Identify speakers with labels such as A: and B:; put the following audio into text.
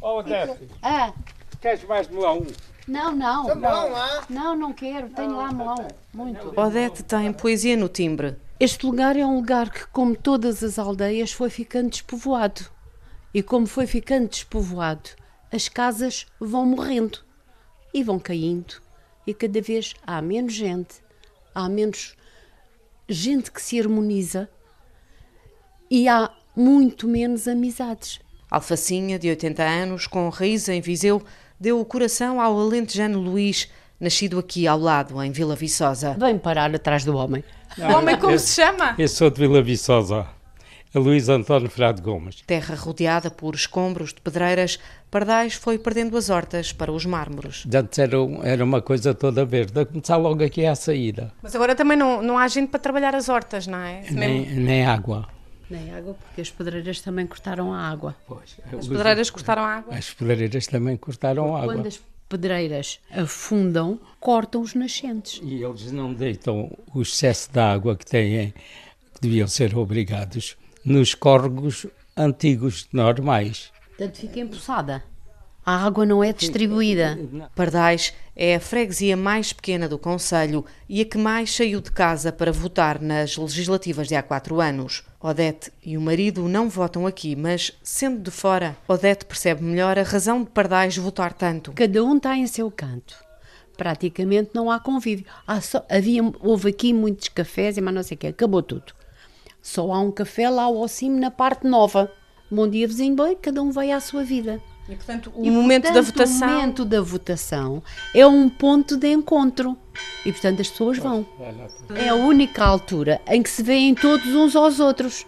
A: Ó, oh,
B: Então-
A: Odete,
C: Ah,
A: queres mais melão?
C: não, não.
D: Não, há.
C: Não, é não quero. Tenho lá melão. Muito.
E: Odete tem poesia no timbre.
C: Este lugar é um lugar que, como todas as aldeias, foi ficando despovoado. E como foi ficando despovoado, as casas vão morrendo e vão caindo. E cada vez há menos gente, há menos gente que se harmoniza e há muito menos amizades.
E: Alfacinha, de 80 anos, com raiz em Viseu, deu o coração ao alentejano Luís, nascido aqui ao lado, em Vila Viçosa.
C: Vem parar atrás do homem.
B: O homem como se chama?
A: Eu sou de Vila Viçosa, a Luís António Frado Gomes.
E: Terra rodeada por escombros de pedreiras, Pardais foi perdendo as hortas para os mármores.
A: De Antes era, um- era uma coisa toda verde, a começar logo aqui à saída.
B: Mas agora também não, não há gente para trabalhar as hortas, não é?
A: Nem, nem água.
C: Nem água, porque as pedreiras também cortaram a água.
A: é,
B: As pedreiras cortaram a água.
A: As pedreiras também cortaram água.
C: Quando as pedreiras afundam, cortam os nascentes.
A: E eles não deitam o excesso de água que têm, que deviam ser obrigados, nos córregos antigos normais.
C: Portanto, fica empoçada. A água não é distribuída.
E: Pardais é a freguesia mais pequena do Conselho e a que mais saiu de casa para votar nas legislativas de há quatro anos. Odete e o marido não votam aqui, mas, sendo de fora, Odete percebe melhor a razão de Pardais votar tanto.
C: Cada um está em seu canto. Praticamente não há convívio. Há só- havia, houve aqui muitos cafés, e mas não sei o quê. Acabou tudo. Só há um café lá ao cimo, na parte nova. Bom dia, vizinho. Bem, cada um vai à sua vida.
B: E, portanto, o
C: E,
B: momento da
C: portanto,
B: votação.
C: O momento da votação é um ponto de encontro. E, portanto, as pessoas vão. É a única altura em que se veem todos uns aos outros.